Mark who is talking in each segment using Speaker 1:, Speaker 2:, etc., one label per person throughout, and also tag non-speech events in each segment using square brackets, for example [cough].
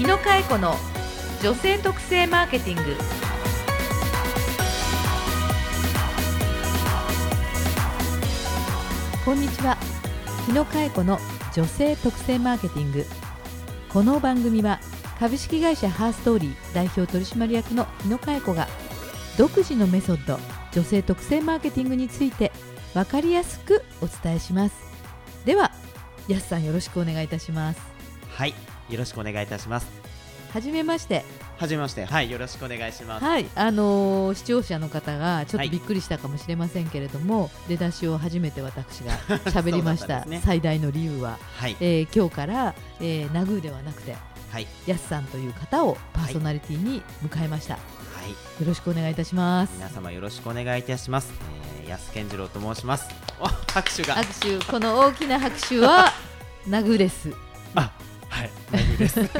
Speaker 1: 野佳恵子の女性特性マーケティングこんにちは日野佳恵子の女性特性マーケティングこの番組は株式会社ハーストーリー代表取締役の日野佳恵子が独自のメソッド女性特性マーケティングについてわかりやすくお伝えしますではやすさんよろしくお願いいたします
Speaker 2: はい、よろしくお願いいたします。
Speaker 1: はじめまして
Speaker 2: はじめまして、はい、よろしくお願いします。
Speaker 1: はいあのー視聴者の方がちょっと
Speaker 2: はい
Speaker 1: びっくりしたかもしれませんけれども、出だしを初めて私
Speaker 2: [laughs]
Speaker 1: が喋りまし
Speaker 2: そうだったたんですね
Speaker 1: 最大の理由は、
Speaker 2: はい、
Speaker 1: えー今日から、えー、ナグーではなくて
Speaker 2: はい、
Speaker 1: やすさんという方をパーソナリティに迎えました、
Speaker 2: はい、
Speaker 1: よろしくお願いいたします
Speaker 2: 皆様よろしくお願いいたします。えー、安健次郎と申します。お、拍手が。
Speaker 1: 拍手この大きな拍手
Speaker 2: [laughs]
Speaker 1: はナグです
Speaker 3: はい、大丈夫です。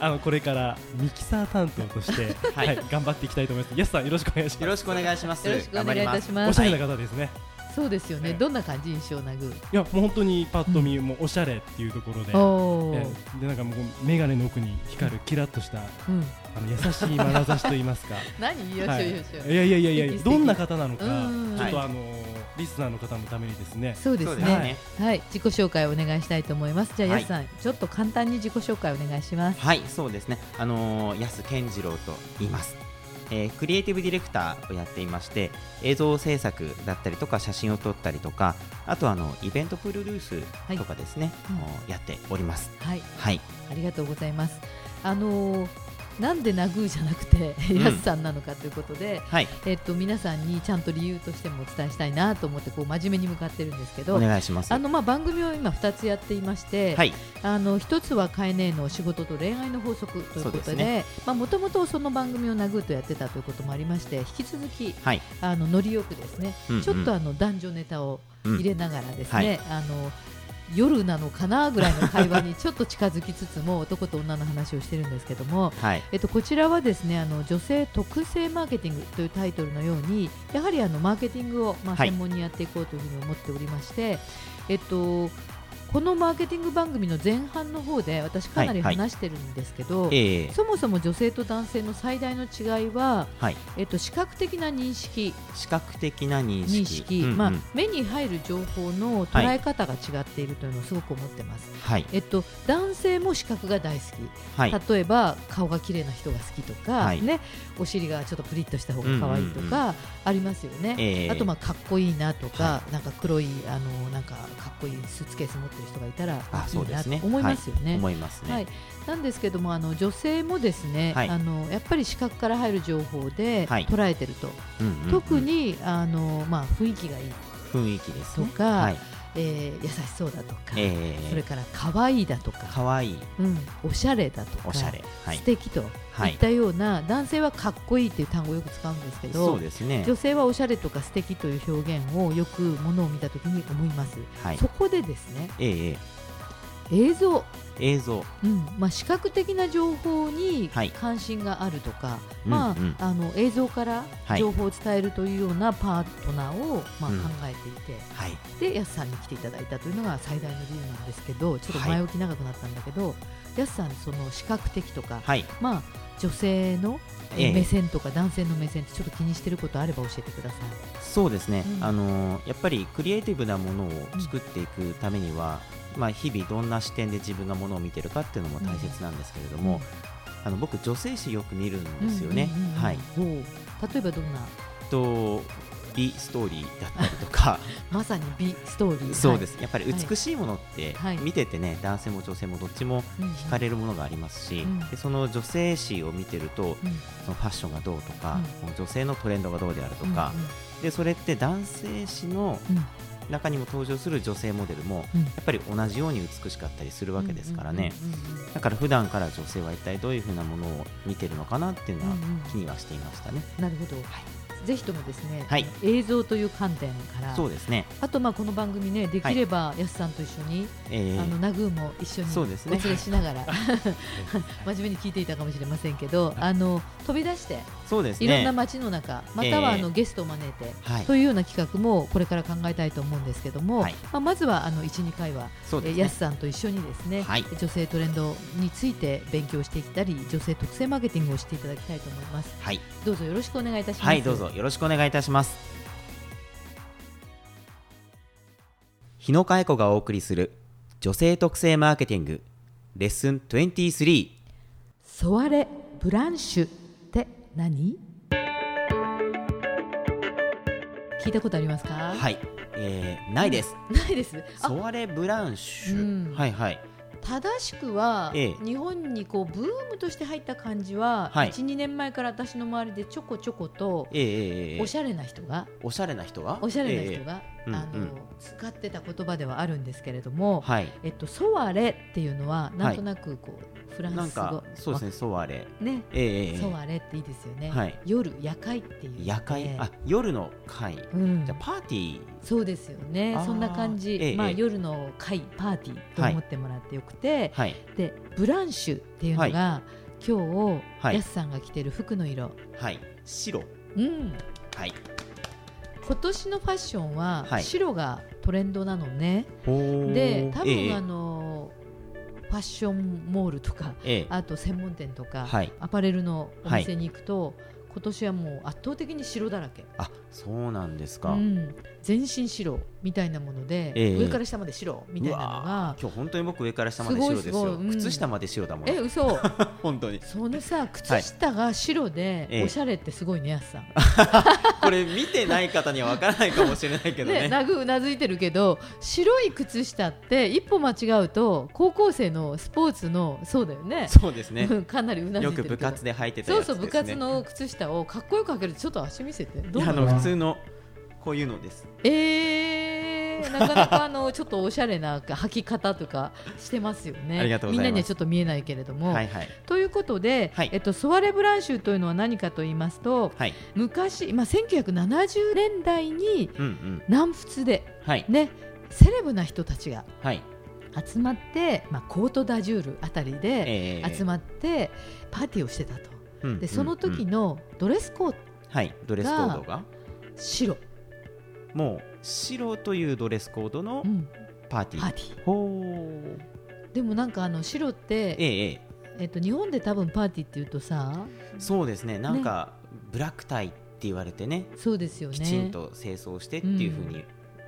Speaker 3: [laughs] あのこれからミキサー担当として、
Speaker 2: は
Speaker 3: はいい、頑張っていきたいと思います。ヤスさんよろしくお願いし
Speaker 2: よ
Speaker 3: ま
Speaker 2: ろ
Speaker 3: す。
Speaker 2: しくお願いします。
Speaker 1: よろしくお願いいたし
Speaker 2: 頑張り
Speaker 1: ま
Speaker 3: お
Speaker 1: す
Speaker 3: しゃれな方ですね。
Speaker 1: そうですよね、
Speaker 3: ええ
Speaker 1: どんな感じ印象ナグ
Speaker 3: いや、もう本当にパッと見、もうおしゃれっていうところで、
Speaker 1: お
Speaker 3: え
Speaker 1: ー
Speaker 3: でなんかもうメガネの奥に光るキラッとした
Speaker 1: うん
Speaker 3: あの優しい眼差しと言いますか。
Speaker 1: 何 [laughs] よしよ
Speaker 3: はいい、
Speaker 1: よしよ
Speaker 3: いやいやいや
Speaker 1: 素敵
Speaker 3: いや、
Speaker 1: 素敵
Speaker 3: どんな方なのか、
Speaker 1: うん
Speaker 3: ちょっと
Speaker 2: は
Speaker 3: あのーリスナーの方のためにですね。
Speaker 1: そうです
Speaker 2: そう
Speaker 1: ね
Speaker 2: ですね。
Speaker 1: はい、自己紹介をお願いしたいと思います。じゃあ、
Speaker 2: は
Speaker 1: や
Speaker 2: い
Speaker 1: すさん、ちょっと簡単に自己紹介お願いします。
Speaker 2: はい、そうですね。あのー、安健次郎と言います。えークリエイティブディレクターをやっていまして映像制作だったりとか写真を撮ったりとかあとはあのイベントプロデュースとかですね、
Speaker 1: はいうん
Speaker 2: あのーやっております
Speaker 1: はい、
Speaker 2: はい
Speaker 1: ありがとうございます。あのーなんでナグーじゃなくて、
Speaker 2: ん
Speaker 1: やすさんなのかということで、
Speaker 2: はい
Speaker 1: えっと、皆さんにちゃんと理由としてもお伝えしたいなと思って、こう真面目に向かってるんですけ
Speaker 2: お
Speaker 1: ど。
Speaker 2: 願いします
Speaker 1: あのまあ番組を今2つやっていまして、
Speaker 2: はい
Speaker 1: あの1つはカエネの仕事と恋愛の法則ということ
Speaker 2: そ
Speaker 1: で
Speaker 2: うですね
Speaker 1: もともとその番組をナグーとやってたということもありまして引き続き
Speaker 2: はい、
Speaker 1: あのノリよくですね、
Speaker 2: うんうん
Speaker 1: ちょっとあの男女ネタを
Speaker 2: うん
Speaker 1: 入れながらです
Speaker 2: は
Speaker 1: ね、
Speaker 2: い
Speaker 1: あの夜なのかなぐらいの会話にちょっと近づきつつも男と女の話をしてるんですけども、
Speaker 2: はい
Speaker 1: えっと、こちらはですねあの女性特性マーケティングというタイトルのようにやはりあのマーケティングを、まあ、
Speaker 2: はい
Speaker 1: 専門にやっていこうというふうに思っておりまして、えっと、このマーケティング番組の前半の方で私かなり
Speaker 2: はいは
Speaker 1: 話してるんですけど、
Speaker 2: えー、
Speaker 1: そもそも女性と男性の最大の違いは、
Speaker 2: はい
Speaker 1: えっと、視覚的な認識
Speaker 2: 視覚的な認識
Speaker 1: 認識、
Speaker 2: うんうん
Speaker 1: まあ、目に入る情報の捉え方が違っているというのをすごく思ってます、
Speaker 2: はい
Speaker 1: えっと、男性も視覚が大好
Speaker 2: はい
Speaker 1: き、例えば顔が綺麗な人が好きとか、
Speaker 2: はい
Speaker 1: ね、お尻がちょっとプリッとした方が可愛いと
Speaker 2: うんうん
Speaker 1: かありますよね、
Speaker 2: えー
Speaker 1: あとまあかっこいいなとか、なんか黒いあのなんかかっこいいスーツケース持ってる人がいたらい
Speaker 2: あそう
Speaker 1: い
Speaker 2: で
Speaker 1: な
Speaker 2: す
Speaker 1: と
Speaker 2: ね
Speaker 1: 思いますよね。
Speaker 2: 思いますね
Speaker 1: はい、なんですけどもあの女性もですね、
Speaker 2: はい
Speaker 1: あのやっぱり視覚から入る情報で
Speaker 2: はい
Speaker 1: 捉えてると、
Speaker 2: うんうんうん
Speaker 1: 特にあの、まあ、雰囲気がいい
Speaker 2: 雰囲気ですね
Speaker 1: とか
Speaker 2: はい
Speaker 1: えー優しそうだとか、
Speaker 2: え
Speaker 1: それ
Speaker 2: ー、
Speaker 1: から可愛いだとか、
Speaker 2: かわいい
Speaker 1: うん、おしゃれだとか
Speaker 2: おしゃれはい
Speaker 1: 素敵とい
Speaker 2: はい
Speaker 1: ったような、男性はかっこいいっていう単語をよく使うんですけ
Speaker 2: そ
Speaker 1: ど
Speaker 2: う、ですね
Speaker 1: 女性はおしゃれとか素敵という表現をよくものを見たときに思います、
Speaker 2: はい
Speaker 1: そこでですね
Speaker 2: えーえ
Speaker 1: 映像、
Speaker 2: ー映像
Speaker 1: うんまあ、視覚的な情報に
Speaker 2: はい
Speaker 1: 関心があるとか、
Speaker 2: うん
Speaker 1: まあ
Speaker 2: うん
Speaker 1: あの映像から
Speaker 2: はい
Speaker 1: 情報を伝えるというようなパートナーを、まあ、
Speaker 2: う
Speaker 1: 考
Speaker 2: ん
Speaker 1: えていて。
Speaker 2: はい
Speaker 1: でやすさんに来ていただいたというのが最大の理由なんですけどちょっと前置き長くなったんだけど、やすさんその視覚的とか、
Speaker 2: はい
Speaker 1: まあ女性の
Speaker 2: ええ
Speaker 1: 目線とか男性の目線ってちょっと気にしてることあれば教えてください。
Speaker 2: そうですね、
Speaker 1: うん
Speaker 2: あのーやっぱりクリエイティブなものを作っていくためには、まあ、日々どんな視点で自分がものを見てるかっていうのも大切なんですけれども、あの僕女性誌よく見るん
Speaker 1: うん
Speaker 2: ですよね、
Speaker 1: うんうんうん
Speaker 2: はい
Speaker 1: ほう例えばどんな
Speaker 2: と美ストーリーだったりとか
Speaker 1: まさに美ストーリー、
Speaker 2: そうですす、やっぱり美しいものって
Speaker 1: はい
Speaker 2: 見ててね、男性も女性もどっちも
Speaker 1: うんうん
Speaker 2: 惹かれるものがありますし、
Speaker 1: うん
Speaker 2: でその女性誌を見てると
Speaker 1: うん
Speaker 2: そのファッションがどうとか、
Speaker 1: う
Speaker 2: 女性のトレンドがどうであるとか、でそれって男性誌の
Speaker 1: うんうん
Speaker 2: 中にも登場する女性モデルも
Speaker 1: うん
Speaker 2: やっぱり同じように美しかったりするわけですからね、
Speaker 1: うんうんうんうん
Speaker 2: だから普段から女性は一体どういうふうなものを見てるのかなっていうのは
Speaker 1: うんうん
Speaker 2: 気にはしていましたね。
Speaker 1: なるほど、
Speaker 2: はい
Speaker 1: ぜひともですね、
Speaker 2: はい
Speaker 1: 映像という観点から
Speaker 2: そうですね、
Speaker 1: あとまあこの番組ねできれば、やすさんと一緒に、
Speaker 2: えー
Speaker 1: あのナグーも一緒に
Speaker 2: そうです
Speaker 1: お
Speaker 2: ね
Speaker 1: 連れしなが
Speaker 2: [laughs]
Speaker 1: ら、真面目に聞いていたかもしれませんけど、あの飛び出して
Speaker 2: そうです
Speaker 1: いろん
Speaker 2: ね
Speaker 1: な街の中、またはあ
Speaker 2: ええ
Speaker 1: の、ゲストを招いて
Speaker 2: はい
Speaker 1: というような企画もこれから考えたいと思うんですけども、
Speaker 2: はい
Speaker 1: まあ、まずはあの1、2回は、
Speaker 2: そう
Speaker 1: え
Speaker 2: です
Speaker 1: や
Speaker 2: ね
Speaker 1: すさんと一緒にですね、
Speaker 2: はい
Speaker 1: 女性トレンドについて勉強していったり女性特性マーケティングをしていただきたいと思います
Speaker 2: はい、
Speaker 1: どうぞよろしくお願いいたします、
Speaker 2: はい、どうぞよろしくお願いいたします日野佳恵子がお送りする女性特性マーケティングレッスン23
Speaker 1: ソワレ・ブランシュって何聞いたことありますか
Speaker 2: はいい、えー、ないです
Speaker 1: ないですあ
Speaker 2: ソワレ・ブランシ
Speaker 1: うん
Speaker 2: ュはいはい
Speaker 1: 正しくは、
Speaker 2: ええ
Speaker 1: 日本にこうブームとして入った感じは、
Speaker 2: はい
Speaker 1: 12年前から私の周りでちょこちょこと
Speaker 2: えーえーえー
Speaker 1: おしゃれな人が
Speaker 2: おしゃれな人は
Speaker 1: おしゃれな人
Speaker 2: えー
Speaker 1: が、
Speaker 2: ええ
Speaker 1: あの
Speaker 2: うんうん
Speaker 1: 使ってた言葉ではあるんですけれども、
Speaker 2: はい
Speaker 1: えっと、ソワレっていうのはなんとなくこう、フラ
Speaker 2: な
Speaker 1: ン
Speaker 2: ん
Speaker 1: ス語
Speaker 2: かそうですねソワレ
Speaker 1: ねね、
Speaker 2: えーえーえー
Speaker 1: ソワレっていいですよね、
Speaker 2: はい
Speaker 1: 夜夜会っていう
Speaker 2: 夜会、
Speaker 1: ね
Speaker 2: あ夜の会、
Speaker 1: うん
Speaker 2: じゃあパーティー
Speaker 1: そうですよね
Speaker 2: あー
Speaker 1: そんな感じ、
Speaker 2: ええ
Speaker 1: まあ、
Speaker 2: ええ
Speaker 1: 夜の会パーティーと思ってもらってよくて、
Speaker 2: はい
Speaker 1: でブランシュっていうのが、今日、
Speaker 2: はい
Speaker 1: やすさんが着てる服の色、
Speaker 2: はい白
Speaker 1: うん、
Speaker 2: はい
Speaker 1: 今年のファッションは
Speaker 2: はい
Speaker 1: 白がトレンドなのね、で多分、あのファッションモールとか
Speaker 2: ええええ
Speaker 1: あと専門店とか、
Speaker 2: はい
Speaker 1: アパレルのお店に行くと、今年はもう圧倒的に白だらけ、
Speaker 2: あそうなんです
Speaker 1: う
Speaker 2: か、
Speaker 1: ん、全身白みたいなもので、
Speaker 2: ええ
Speaker 1: 上から下まで白みたいなのが
Speaker 2: 今日本当に僕上から下まで白です
Speaker 1: す
Speaker 2: よ
Speaker 1: ごいすごいうん
Speaker 2: 靴下まで白だもん
Speaker 1: え嘘
Speaker 2: 本当に
Speaker 1: そのさ靴下が白で、
Speaker 2: ええ
Speaker 1: おしゃれってすごいねやすさん、
Speaker 2: これ見てない方にはわからないかもしれないけど
Speaker 1: ね
Speaker 2: ね
Speaker 1: なぐうなずいてるけど白い靴下って一歩間違うと高校生のスポーツのそうだよね
Speaker 2: [laughs] そうですね
Speaker 1: うんかなりうなずい
Speaker 2: よ
Speaker 1: てる
Speaker 2: く
Speaker 1: けど
Speaker 2: 部活で履いてた
Speaker 1: そ
Speaker 2: や
Speaker 1: う
Speaker 2: つです
Speaker 1: そう
Speaker 2: ね
Speaker 1: 部活の靴下をかっこよく履けるちょっと足見せて
Speaker 2: い
Speaker 1: どう
Speaker 2: やあ
Speaker 1: な
Speaker 2: の
Speaker 1: の
Speaker 2: 普通のこういうのです
Speaker 1: えー、なかなかあのちょっとおしゃれな履き方とかしてますよね
Speaker 2: ありがとうご
Speaker 1: みん
Speaker 2: ざいま
Speaker 1: な
Speaker 2: す
Speaker 1: にはちょっと見えないけれども、
Speaker 2: はいはい
Speaker 1: ということで、
Speaker 2: はい
Speaker 1: えっと、ソワレ・ブランシュというのは何かと言いますと
Speaker 2: はい
Speaker 1: 昔、まあ、1970年代に
Speaker 2: うんうん
Speaker 1: 南仏で
Speaker 2: はい
Speaker 1: ねセレブな人たちが
Speaker 2: はい
Speaker 1: 集まって、まあ、コート・ダジュールあたりで
Speaker 2: え
Speaker 1: 集まってパーティーをしてたと。
Speaker 2: うん
Speaker 1: でその
Speaker 2: うんう
Speaker 1: 時
Speaker 2: ん
Speaker 1: のドレスコード
Speaker 2: はいドレスコードが
Speaker 1: 白、
Speaker 2: もう白というドレスコードの
Speaker 1: うん、
Speaker 2: パーティー、
Speaker 1: パーティ
Speaker 2: ほー
Speaker 1: ーでもなんかあの白って
Speaker 2: えええ
Speaker 1: えっと、日本で多分パーティーっていうとさ
Speaker 2: えそうですねなんかブラックタイって言われてね
Speaker 1: そうですよね
Speaker 2: きちんと清掃してっていうふうに、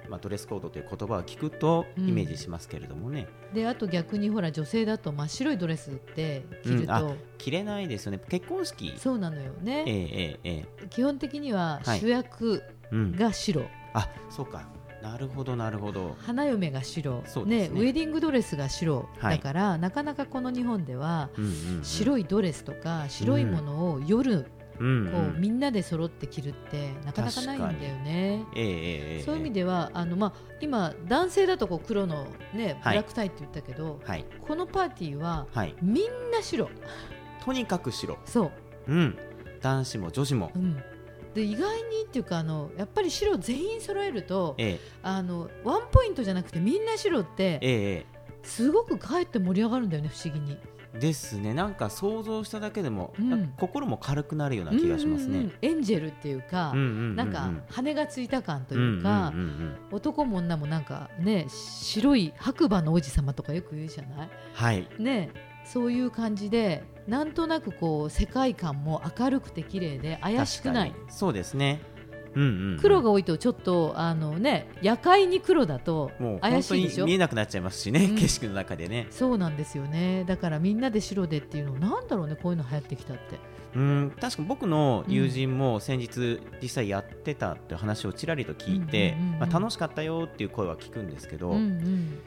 Speaker 2: まあ、ドレスコードという言葉を聞くとイ
Speaker 1: うん
Speaker 2: メージしますけれどもね、
Speaker 1: であと逆にほら女性だと真っ白いドレスって着ると、
Speaker 2: うんあ着れないですよね結婚式
Speaker 1: そうなのよ
Speaker 2: え
Speaker 1: ね、
Speaker 2: ええええ
Speaker 1: 基本的には
Speaker 2: はい
Speaker 1: 主役
Speaker 2: えうん
Speaker 1: が白、
Speaker 2: あそうかなるほどなるほど
Speaker 1: 花嫁が白
Speaker 2: そうですね
Speaker 1: ウェディングドレスが白、
Speaker 2: はい
Speaker 1: だからなかなかこの日本では
Speaker 2: うんうんうん
Speaker 1: 白いドレスとか白いものを夜こ
Speaker 2: うん
Speaker 1: う、
Speaker 2: うん
Speaker 1: みんなで揃って着るってなかなかないんだよね。
Speaker 2: ええええええ
Speaker 1: そういう意味ではあの、まあ、今男性だとこう黒の、ね、ブ
Speaker 2: はい
Speaker 1: ラックタイって言ったけど、
Speaker 2: はい
Speaker 1: このパーティーは
Speaker 2: はい
Speaker 1: みんな白
Speaker 2: とにかく白
Speaker 1: そう、
Speaker 2: うん男子も女子も
Speaker 1: うん、で意外にっていうかあのやっぱり白全員揃えると
Speaker 2: ええ
Speaker 1: あのワンポイントじゃなくてみんな白って
Speaker 2: ええええ
Speaker 1: すごくかえって盛り上がるんだよね不思議に
Speaker 2: ですねなんか想像しただけでも、
Speaker 1: うん
Speaker 2: なんか心も軽くなるような気がします
Speaker 1: うんうん
Speaker 2: ね
Speaker 1: うんエンジェルっていうか、
Speaker 2: うんうんうんうん
Speaker 1: なんか羽がついた感というか、
Speaker 2: んうんうんうん
Speaker 1: 男も女もなんかね白い白馬の王子様とかよく言うじゃない
Speaker 2: はい
Speaker 1: ねそういう感じでなんとなくこう世界観も明るくて綺麗で怪しくない
Speaker 2: 確かにそうですねうんうんうん
Speaker 1: 黒が多いとちょっとあのね夜会に黒だと
Speaker 2: もう
Speaker 1: 怪
Speaker 2: 本当
Speaker 1: しいで
Speaker 2: に
Speaker 1: しょ
Speaker 2: 見えなくなっちゃいますしね、
Speaker 1: うん
Speaker 2: 景色の中でね
Speaker 1: そうなんですよねだからみんなで白でっていうのなんだろうねこういうの流行ってきたって
Speaker 2: うん確か僕の友人も先日実際やってたって話をちらりと聞いて、
Speaker 1: うんうんうんうん
Speaker 2: まあ、楽しかったよっていう声は聞くんですけど、
Speaker 1: うんうん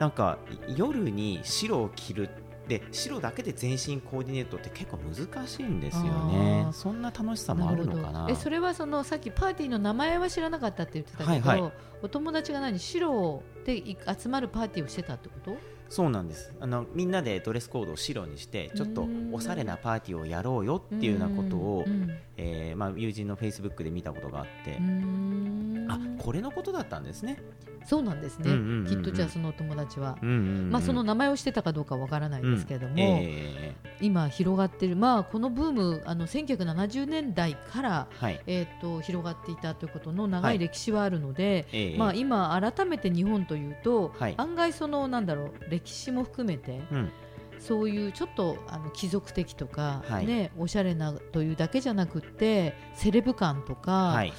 Speaker 2: なんか夜に白を着るで白だけで全身コーディネートって結構難しいんですよ
Speaker 1: あ
Speaker 2: ね
Speaker 1: ー
Speaker 2: そんな楽しさもあるのかな
Speaker 1: えそれはそのさっきパーティーの名前は知らなかったって言ってたけど、
Speaker 2: はいは
Speaker 1: お友達が何白で集まるパーティーをしてたってこと
Speaker 2: そうなんですあのみんなでドレスコードを白にしてちょっとおしゃれなパーティーをやろうよっていうようなことを、えーまあ、友人のフェイスブックで見たことがあって、あこれのことだったんですね。
Speaker 1: そうなんですね、
Speaker 2: うんうんうんうん
Speaker 1: きっとじゃあそのお友達は、
Speaker 2: うんうんうん
Speaker 1: まあ、その名前をしてたかどうかわからないですけれども、
Speaker 2: え
Speaker 1: 今広がってる、まあ、このブームあの1970年代から、
Speaker 2: ーはい
Speaker 1: えー、と広がっていたということの長
Speaker 2: はいい
Speaker 1: 歴史はあるので、
Speaker 2: えー
Speaker 1: まあ、今改めて日本というと、
Speaker 2: はい
Speaker 1: 案外そのなんだろう歴史も含めて
Speaker 2: うん
Speaker 1: そういうちょっとあの貴族的とか、
Speaker 2: はい
Speaker 1: ね、おしゃれなというだけじゃなくってセレブ感とか、
Speaker 2: はい、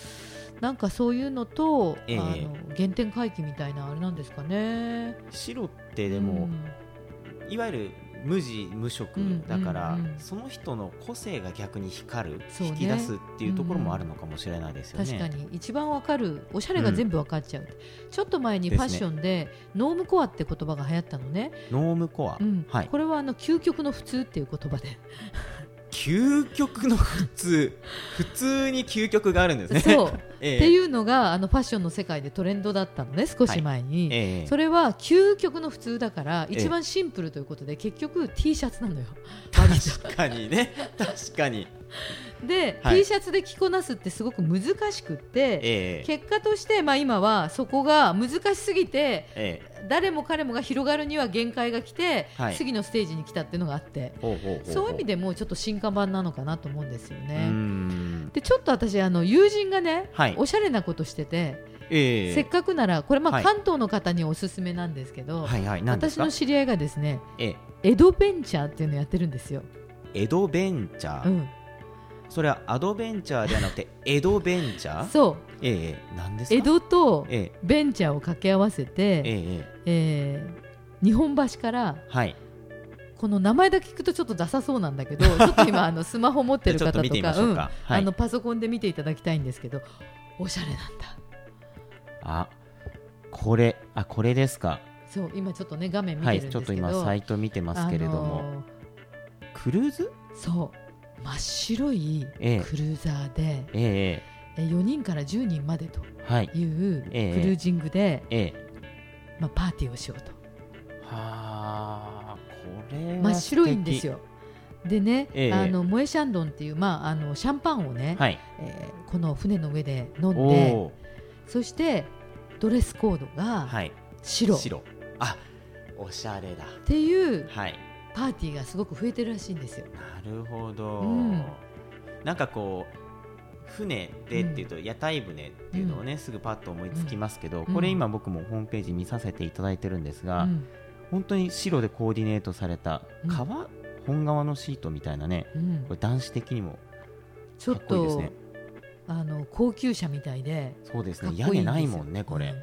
Speaker 1: なんかそういうのと、
Speaker 2: ええ
Speaker 1: あの原点回帰みたいなあれなんですかね。
Speaker 2: 白ってでも、
Speaker 1: うん
Speaker 2: いわゆる無地無色だから、
Speaker 1: うんうんうん
Speaker 2: その人の個性が逆に光る、
Speaker 1: そうね
Speaker 2: 引き出すっていうところもあるのかもしれないですよね。
Speaker 1: 確かに一番わかるおしゃれが全部わかっちゃう、ちょっと前にフ
Speaker 2: です
Speaker 1: ァ
Speaker 2: ね
Speaker 1: ッションでノームコアって言葉が流行ったのね、
Speaker 2: ノームコア、
Speaker 1: うん
Speaker 2: はい、
Speaker 1: これはあの究極の普通っていう言葉で
Speaker 2: 究極の普通 [laughs] 普通に究極があるんですね。
Speaker 1: そう、
Speaker 2: [laughs] え
Speaker 1: って
Speaker 2: う、
Speaker 1: いうのがあのファッションの世界でトレンドだったのね少し前に、
Speaker 2: ええ
Speaker 1: それは究極の普通だから
Speaker 2: ええ
Speaker 1: 一番シンプルということで、結局 T シャツなのよ
Speaker 2: 確かにね確かに、
Speaker 1: で、
Speaker 2: はい
Speaker 1: T シャツで着こなすってすごく難しくって、
Speaker 2: ええ
Speaker 1: 結果として、まあ、今はそこが難しすぎて
Speaker 2: ええ
Speaker 1: 誰も彼もが広がるには限界が来て、
Speaker 2: はい
Speaker 1: 次のステージに来たっていうのがあって
Speaker 2: ほうほうほうほ
Speaker 1: そういう意味でもうちょっと進化版なのかなと思うんですよ
Speaker 2: うー
Speaker 1: ね。
Speaker 2: ん
Speaker 1: でちょっと私あの友人がね、
Speaker 2: はい
Speaker 1: おしゃれなことしてて、
Speaker 2: ええ
Speaker 1: せっかくならこれま
Speaker 2: は
Speaker 1: あ
Speaker 2: い
Speaker 1: 関東の方におすすめなんですけど、
Speaker 2: はいはい何で
Speaker 1: 私
Speaker 2: すか
Speaker 1: の知り合いがですね
Speaker 2: ええ
Speaker 1: エドベンチャーっていうのやってるんですよ。
Speaker 2: エドベンチャー、
Speaker 1: うん、
Speaker 2: それはアドベンチャーではな
Speaker 1: [laughs]
Speaker 2: くてエドベンチャー
Speaker 1: そ
Speaker 2: ええ何です
Speaker 1: う
Speaker 2: か
Speaker 1: 江戸と
Speaker 2: ええ
Speaker 1: ベンチャーを掛け合わせて、
Speaker 2: ええ
Speaker 1: えー日本橋から
Speaker 2: はい
Speaker 1: この名前だけ聞くとちょっとダサそうなんだ
Speaker 2: [laughs]
Speaker 1: けどちょっと今あのスマホ持ってる
Speaker 2: じゃあ
Speaker 1: 方
Speaker 2: ちょっと見て
Speaker 1: と
Speaker 2: み
Speaker 1: か
Speaker 2: ましょうか
Speaker 1: うん
Speaker 2: は
Speaker 1: あ
Speaker 2: い
Speaker 1: のパソコンで見ていただきたいんですけどおしゃれなんだ
Speaker 2: あこれあこれですか
Speaker 1: そう今ちょっとね画面見
Speaker 2: は
Speaker 1: て
Speaker 2: い
Speaker 1: るんですけ
Speaker 2: ち
Speaker 1: ど、
Speaker 2: ょっと今サイト見てますけれども、
Speaker 1: あのー
Speaker 2: クルーズ
Speaker 1: そう真っ白いクル
Speaker 2: ええ
Speaker 1: ーザーで、
Speaker 2: ええ
Speaker 1: え4人から10人までと
Speaker 2: ええはい
Speaker 1: いうクル
Speaker 2: ええ
Speaker 1: ージングで、
Speaker 2: ええ
Speaker 1: まあ、パーティーをしようと
Speaker 2: はあこれは
Speaker 1: 真っ白いんです
Speaker 2: よ
Speaker 1: よでね、
Speaker 2: ええ
Speaker 1: あのモエシャンドンっていう、まあ、あのシャンパンをね、
Speaker 2: はい
Speaker 1: えーこの船の上で飲ん
Speaker 2: お
Speaker 1: で
Speaker 2: お
Speaker 1: そしてドレスコード
Speaker 2: ー
Speaker 1: が
Speaker 2: はい
Speaker 1: 白っ
Speaker 2: あおしゃれだ
Speaker 1: ていう
Speaker 2: はい
Speaker 1: パーティーがすごく増えてるらしいんですよ。
Speaker 2: なるほど、
Speaker 1: うん
Speaker 2: なんかこう船でっていうと、屋台船っていうのをね、すぐパッと思いつきますけど、
Speaker 1: うん
Speaker 2: これ今僕もホームページ見させていただいてるんです
Speaker 1: う
Speaker 2: が、
Speaker 1: ん
Speaker 2: 本当に白でコーディネートされた
Speaker 1: うん
Speaker 2: 革、本革のシートみたいなね
Speaker 1: うん
Speaker 2: これ男子的にも
Speaker 1: ち
Speaker 2: か
Speaker 1: ょ
Speaker 2: っ
Speaker 1: っ
Speaker 2: こいいです
Speaker 1: と
Speaker 2: ね
Speaker 1: あの高級車みたいで
Speaker 2: そうです
Speaker 1: か
Speaker 2: ね
Speaker 1: っこいいんですよ
Speaker 2: 屋根ないもんねこれ、
Speaker 1: うん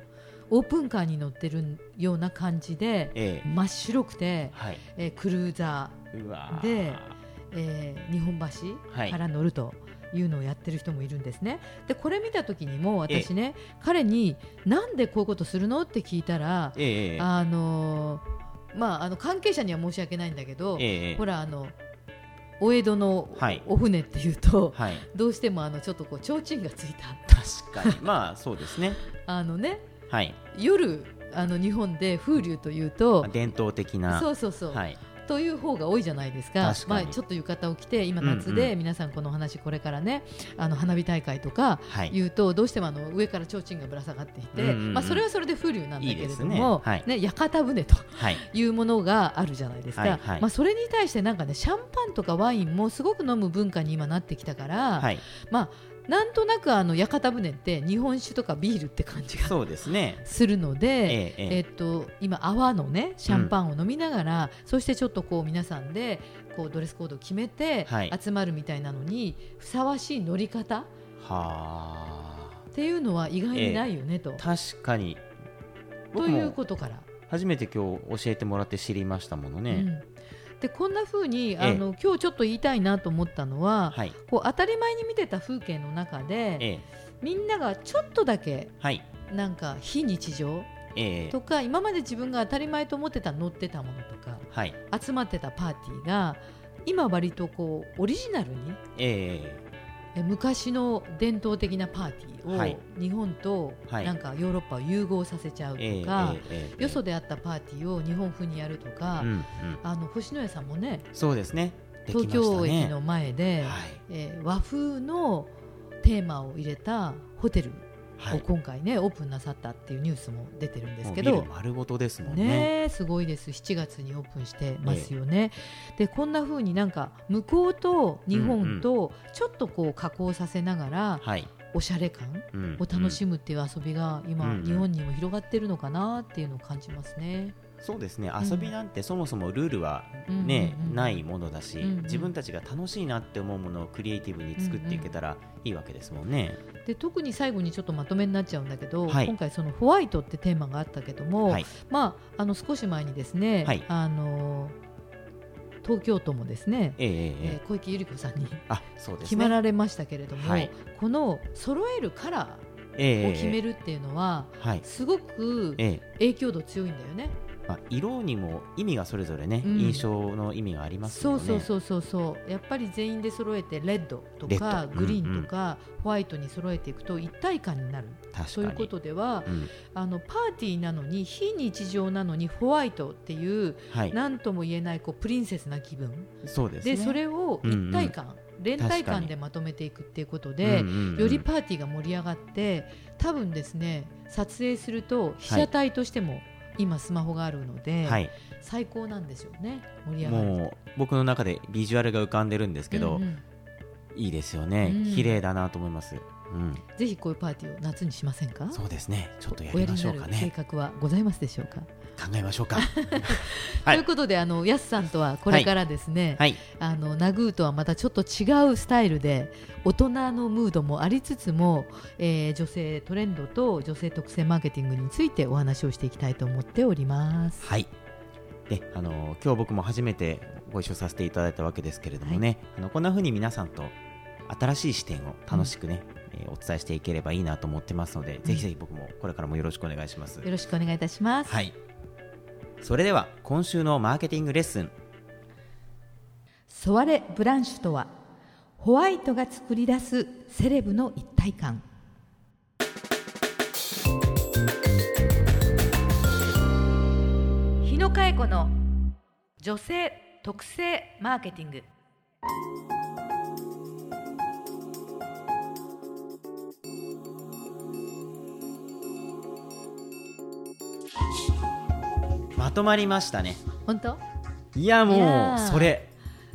Speaker 1: オープンカーに乗ってるような感じで
Speaker 2: ええ
Speaker 1: 真っ白くて、
Speaker 2: はい
Speaker 1: えークルーザ
Speaker 2: うわー
Speaker 1: でー、えー日本
Speaker 2: は
Speaker 1: 橋
Speaker 2: い
Speaker 1: から乗るというのをやってる人もいるんですね。でこれ見た時にも私ね、彼になんでこういうことするのって聞いたら、
Speaker 2: ええええ
Speaker 1: あのーまああの関係者には申し訳ないんだけど、
Speaker 2: ええええ
Speaker 1: ほらあのお江戸の
Speaker 2: はい
Speaker 1: お船っていうと、 [laughs]
Speaker 2: はい
Speaker 1: どうしてもあのちょっとこう提灯がついた
Speaker 2: 確かにまあそうですね
Speaker 1: あのね
Speaker 2: はい
Speaker 1: 夜あの日本で風流というと
Speaker 2: 伝統的な
Speaker 1: そうそうそう、
Speaker 2: はい
Speaker 1: という方が多いじゃないですか
Speaker 2: 確かに
Speaker 1: まあ、ちょっと浴衣を着て今夏で、
Speaker 2: うんう
Speaker 1: 皆さんこのお話これからねあの花火大会とか
Speaker 2: はい
Speaker 1: 言うとどうしてもあの上から提灯がぶら下がっていて、
Speaker 2: うんうんうん
Speaker 1: まあ、それはそれで風流なんだけれども
Speaker 2: いいですねはい
Speaker 1: ね屋形船と
Speaker 2: はい
Speaker 1: いうものがあるじゃないですか、
Speaker 2: はいはい
Speaker 1: まあ、それに対してなんかねシャンパンとかワインもすごく飲む文化に今なってきたから、
Speaker 2: はい
Speaker 1: まあ、なんとなくあの屋形船って日本酒とかビールって感じが
Speaker 2: そうですね
Speaker 1: するので。
Speaker 2: ええ
Speaker 1: え
Speaker 2: え
Speaker 1: っと、今、泡のねシャンパンを飲みながら、そしてちょっとこう皆さんでこうドレスコードを決めて
Speaker 2: はい
Speaker 1: 集まるみたいなのにふさわしい乗り方っ
Speaker 2: えはあ
Speaker 1: ていうのは意外にないよねと。
Speaker 2: 確かに
Speaker 1: と
Speaker 2: 僕
Speaker 1: いう
Speaker 2: も
Speaker 1: ことから。
Speaker 2: 初めて今日教えてもらって知りましたものね、
Speaker 1: うんでこんな風にあの、今日ちょっと言いたいなと思ったのは、
Speaker 2: はい
Speaker 1: こう当たり前に見てた風景の中で、
Speaker 2: ええ
Speaker 1: みんながちょっとだけ
Speaker 2: はい
Speaker 1: なんか非日常
Speaker 2: ええ
Speaker 1: とか今まで自分が当たり前と思ってた乗ってたものとか
Speaker 2: はい
Speaker 1: 集まってたパーティーが今割とこうオリジナルに
Speaker 2: ええ
Speaker 1: え昔の伝統的なパーティ
Speaker 2: は
Speaker 1: ー
Speaker 2: い
Speaker 1: を日本と
Speaker 2: はい
Speaker 1: なんかヨーロッパを融合させちゃうとか、
Speaker 2: ええええええ
Speaker 1: よそであったパーティーを日本風にやるとか、
Speaker 2: うんうん、
Speaker 1: あの星野屋さんもね
Speaker 2: そうですねできま
Speaker 1: 東
Speaker 2: したね
Speaker 1: 京駅の前で、
Speaker 2: はい
Speaker 1: えー和風のテーマを入れたホテル
Speaker 2: は
Speaker 1: を
Speaker 2: い、
Speaker 1: 今回ね、オープンなさったっていうニュースも出てるんですけ
Speaker 2: もう
Speaker 1: ど
Speaker 2: ビル。丸ごとですもんね
Speaker 1: ねえすごいです7月にオープンしてますよね、でこんな風になんか向こうと日本とちょっとこう加工させながら
Speaker 2: はい、
Speaker 1: おしゃれ感
Speaker 2: うん
Speaker 1: を楽しむっていう遊びが今、
Speaker 2: うん
Speaker 1: 日本にも広がってるのかなっていうのを感じますね。
Speaker 2: うんそうですね
Speaker 1: ん
Speaker 2: 遊びなんてそもそもルールは
Speaker 1: うん
Speaker 2: ね、
Speaker 1: うんうん
Speaker 2: ないものだし、
Speaker 1: うんうん
Speaker 2: 自分たちが楽しいなって思うものをクリエイティブに作っていけたらいいわけですもんね、
Speaker 1: で特に最後にちょっとまとめになっちゃうんだけど、
Speaker 2: はい
Speaker 1: 今回そのホワイトってテーマがあったけども、
Speaker 2: はい
Speaker 1: まあ、あの少し前にですね、
Speaker 2: はい
Speaker 1: あの東京都もですね、
Speaker 2: えええええ
Speaker 1: え
Speaker 2: え
Speaker 1: ー小池百合子さんに
Speaker 2: あそうです
Speaker 1: 決
Speaker 2: ね
Speaker 1: められましたけれども、
Speaker 2: はい
Speaker 1: この揃えるカラ
Speaker 2: ええ
Speaker 1: ーを決める
Speaker 2: る
Speaker 1: っていうのは、
Speaker 2: はい
Speaker 1: すごく
Speaker 2: ええ
Speaker 1: 影響度強いんだよね。
Speaker 2: まあ、色にも意味がそれぞれね、
Speaker 1: うん
Speaker 2: 印象の意味があります
Speaker 1: そ
Speaker 2: よ
Speaker 1: う
Speaker 2: ね
Speaker 1: そうそうそうそうやっぱり全員で揃えてレッドと
Speaker 2: レ
Speaker 1: か
Speaker 2: ッド
Speaker 1: グリーンとか、ホワイトに揃えていくと一体感になる
Speaker 2: 確かに
Speaker 1: ということでは
Speaker 2: うん
Speaker 1: あのパーティーなのに非日常なのにホワイトっていう
Speaker 2: はい
Speaker 1: 何とも言えないこうプリンセスな気分
Speaker 2: そうですね
Speaker 1: でそれを一体感、連帯
Speaker 2: 確か
Speaker 1: 感
Speaker 2: に
Speaker 1: でまとめていくっていうことで
Speaker 2: うん、うんうん
Speaker 1: よりパーティーが盛り上がって多分ですね撮影すると被写体としても、今スマホがあるので、
Speaker 2: はい
Speaker 1: 最高なんですよね盛り上がる
Speaker 2: もう僕の中でビジュアルが浮かんでるんですけど、
Speaker 1: うんうん
Speaker 2: いいですよね、
Speaker 1: うん
Speaker 2: 綺麗だなと思います、うん、
Speaker 1: ぜひこういうパーティーを夏にしませんか
Speaker 2: そうですねちょっとや
Speaker 1: お
Speaker 2: り
Speaker 1: や
Speaker 2: ま
Speaker 1: りに
Speaker 2: しょ
Speaker 1: な
Speaker 2: う
Speaker 1: る
Speaker 2: か
Speaker 1: 計
Speaker 2: ね
Speaker 1: 画はございますでしょうか、
Speaker 2: 考えましょう
Speaker 1: [laughs]
Speaker 2: かはい
Speaker 1: ということであのやすさんとはこれからですね、
Speaker 2: はい
Speaker 1: あのナグーとはまたちょっと違うスタイルで大人のムードもありつつも、えー女性トレンドと女性特性マーケティングについてお話をしていきたいと思っております。
Speaker 2: はいであの今日僕も初めてご一緒させていただいたわけですけれどもね、あのこんな風に皆さんと新しい視点を楽しくね、えーお伝えしていければいいなと思ってますので、ぜひぜひ僕もこれからもよろしくお願いします
Speaker 1: よろしくお願いいたします。
Speaker 2: はいそれでは今週のマーケティングレッスン
Speaker 1: ソワレ・ブランシュとはホワイトが作り出すセレブの一体感日野佳恵子の女性特性マーケティング
Speaker 2: まとまりましたね
Speaker 1: 本当
Speaker 2: いや
Speaker 1: い
Speaker 2: も
Speaker 1: や
Speaker 2: う
Speaker 1: ー
Speaker 2: それ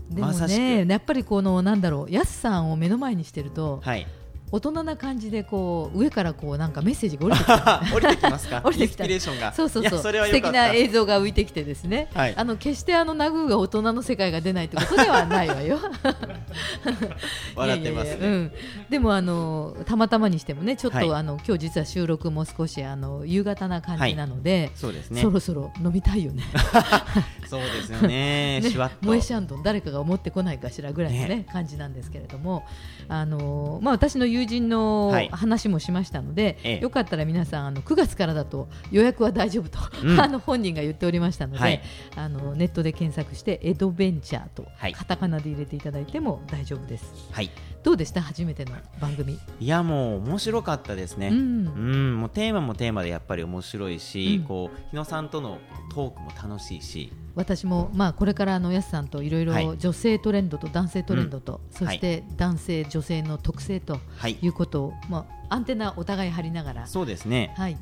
Speaker 1: でも
Speaker 2: まさし
Speaker 1: ね
Speaker 2: く
Speaker 1: やっぱりこのなんだろうやすさんを目の前にしてると、
Speaker 2: はい
Speaker 1: 大人な感じでこう上からこうなんかメッセージが降りてくる
Speaker 2: 降りてきますか
Speaker 1: [laughs] 降りてきた
Speaker 2: インスピレーションが
Speaker 1: そうそうそ
Speaker 2: いうやそれは
Speaker 1: 素
Speaker 2: よか
Speaker 1: 敵
Speaker 2: っ
Speaker 1: な
Speaker 2: た
Speaker 1: 映像が浮いてきてですね、
Speaker 2: はい
Speaker 1: あの決してあのナグーが大人の世界が出ないってことではないわよ。
Speaker 2: [laughs] 笑ってます
Speaker 1: いやいやい
Speaker 2: ね
Speaker 1: やうん、でもあのたまたまにしてもねちょっと、
Speaker 2: はい
Speaker 1: あの今日実は収録も少しあの夕方な感じなので、
Speaker 2: そうですね
Speaker 1: そろそろ飲みたいよね
Speaker 2: そうですよね
Speaker 1: [laughs] ね
Speaker 2: シュワッと
Speaker 1: 萌えシャンドン誰かが持ってこないかしらぐらいの、ね感じなんですけれどもあの、まあ、私の友人の
Speaker 2: はい
Speaker 1: 話もしましたので、
Speaker 2: ええ
Speaker 1: よかったら皆さんあの9月からだと予約は大丈夫と、
Speaker 2: うん
Speaker 1: [laughs] あの本人が言っておりましたので、
Speaker 2: はい
Speaker 1: あのネットで検索して「エドベンチャー」と
Speaker 2: はい
Speaker 1: カタカナで入れていただいても大丈夫です。
Speaker 2: はい
Speaker 1: どうでした初めての番組、
Speaker 2: いやもう面白かったですね、
Speaker 1: う
Speaker 2: うんん、もうテーマもテーマでやっぱり面白いし、
Speaker 1: うん
Speaker 2: こう日野さんとのトークも楽しいし、
Speaker 1: 私も、まあ、これからあのやすさんといろい
Speaker 2: は
Speaker 1: ろ
Speaker 2: い
Speaker 1: 女性トレンドと男性トレンドと、そして男性、女性の特性と
Speaker 2: はい
Speaker 1: い、うことを、まあ、アンテナお互い張りながら、
Speaker 2: そうですね、
Speaker 1: はい、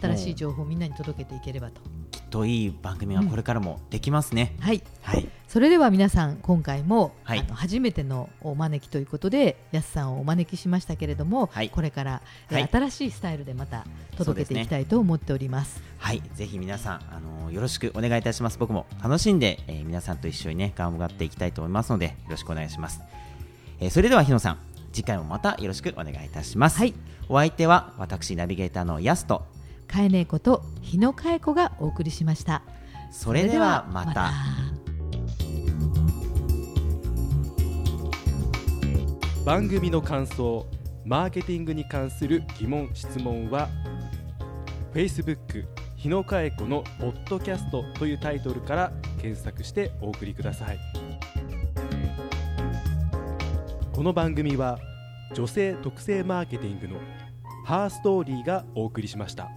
Speaker 1: 新しい情報をみんなに届けていければと、
Speaker 2: きっといい番組がこれからもできますね。
Speaker 1: はい、
Speaker 2: はい、
Speaker 1: それでは皆さん今回も、
Speaker 2: はい
Speaker 1: あの初めてのお招きということでやすさんをお招きしましたけれども、
Speaker 2: はい
Speaker 1: これから、え
Speaker 2: はい
Speaker 1: 新しいスタイルでまた
Speaker 2: そう
Speaker 1: 届け
Speaker 2: です
Speaker 1: て
Speaker 2: ね
Speaker 1: いきたいと思っております。
Speaker 2: はい、ぜひ皆さん、あのよろしくお願いいたします。僕も楽しんで、えー皆さんと一緒にね、頑張っていきたいと思いますので、よろしくお願いします。えーそれでは日野さん、次回もまたよろしくお願いいたします。
Speaker 1: はい、
Speaker 2: お相手は私ナビゲーターのやすと、
Speaker 1: かえねえこと日野かえ子がお送りしました。
Speaker 2: それではま
Speaker 1: それで
Speaker 2: た。
Speaker 3: 番組の感想マーケティングに関する疑問質問は Facebook 日野佳恵子の「ポッドキャスト」というタイトルから検索してお送りくださいこの番組は女性特性マーケティングのハーストーリーがお送りしました。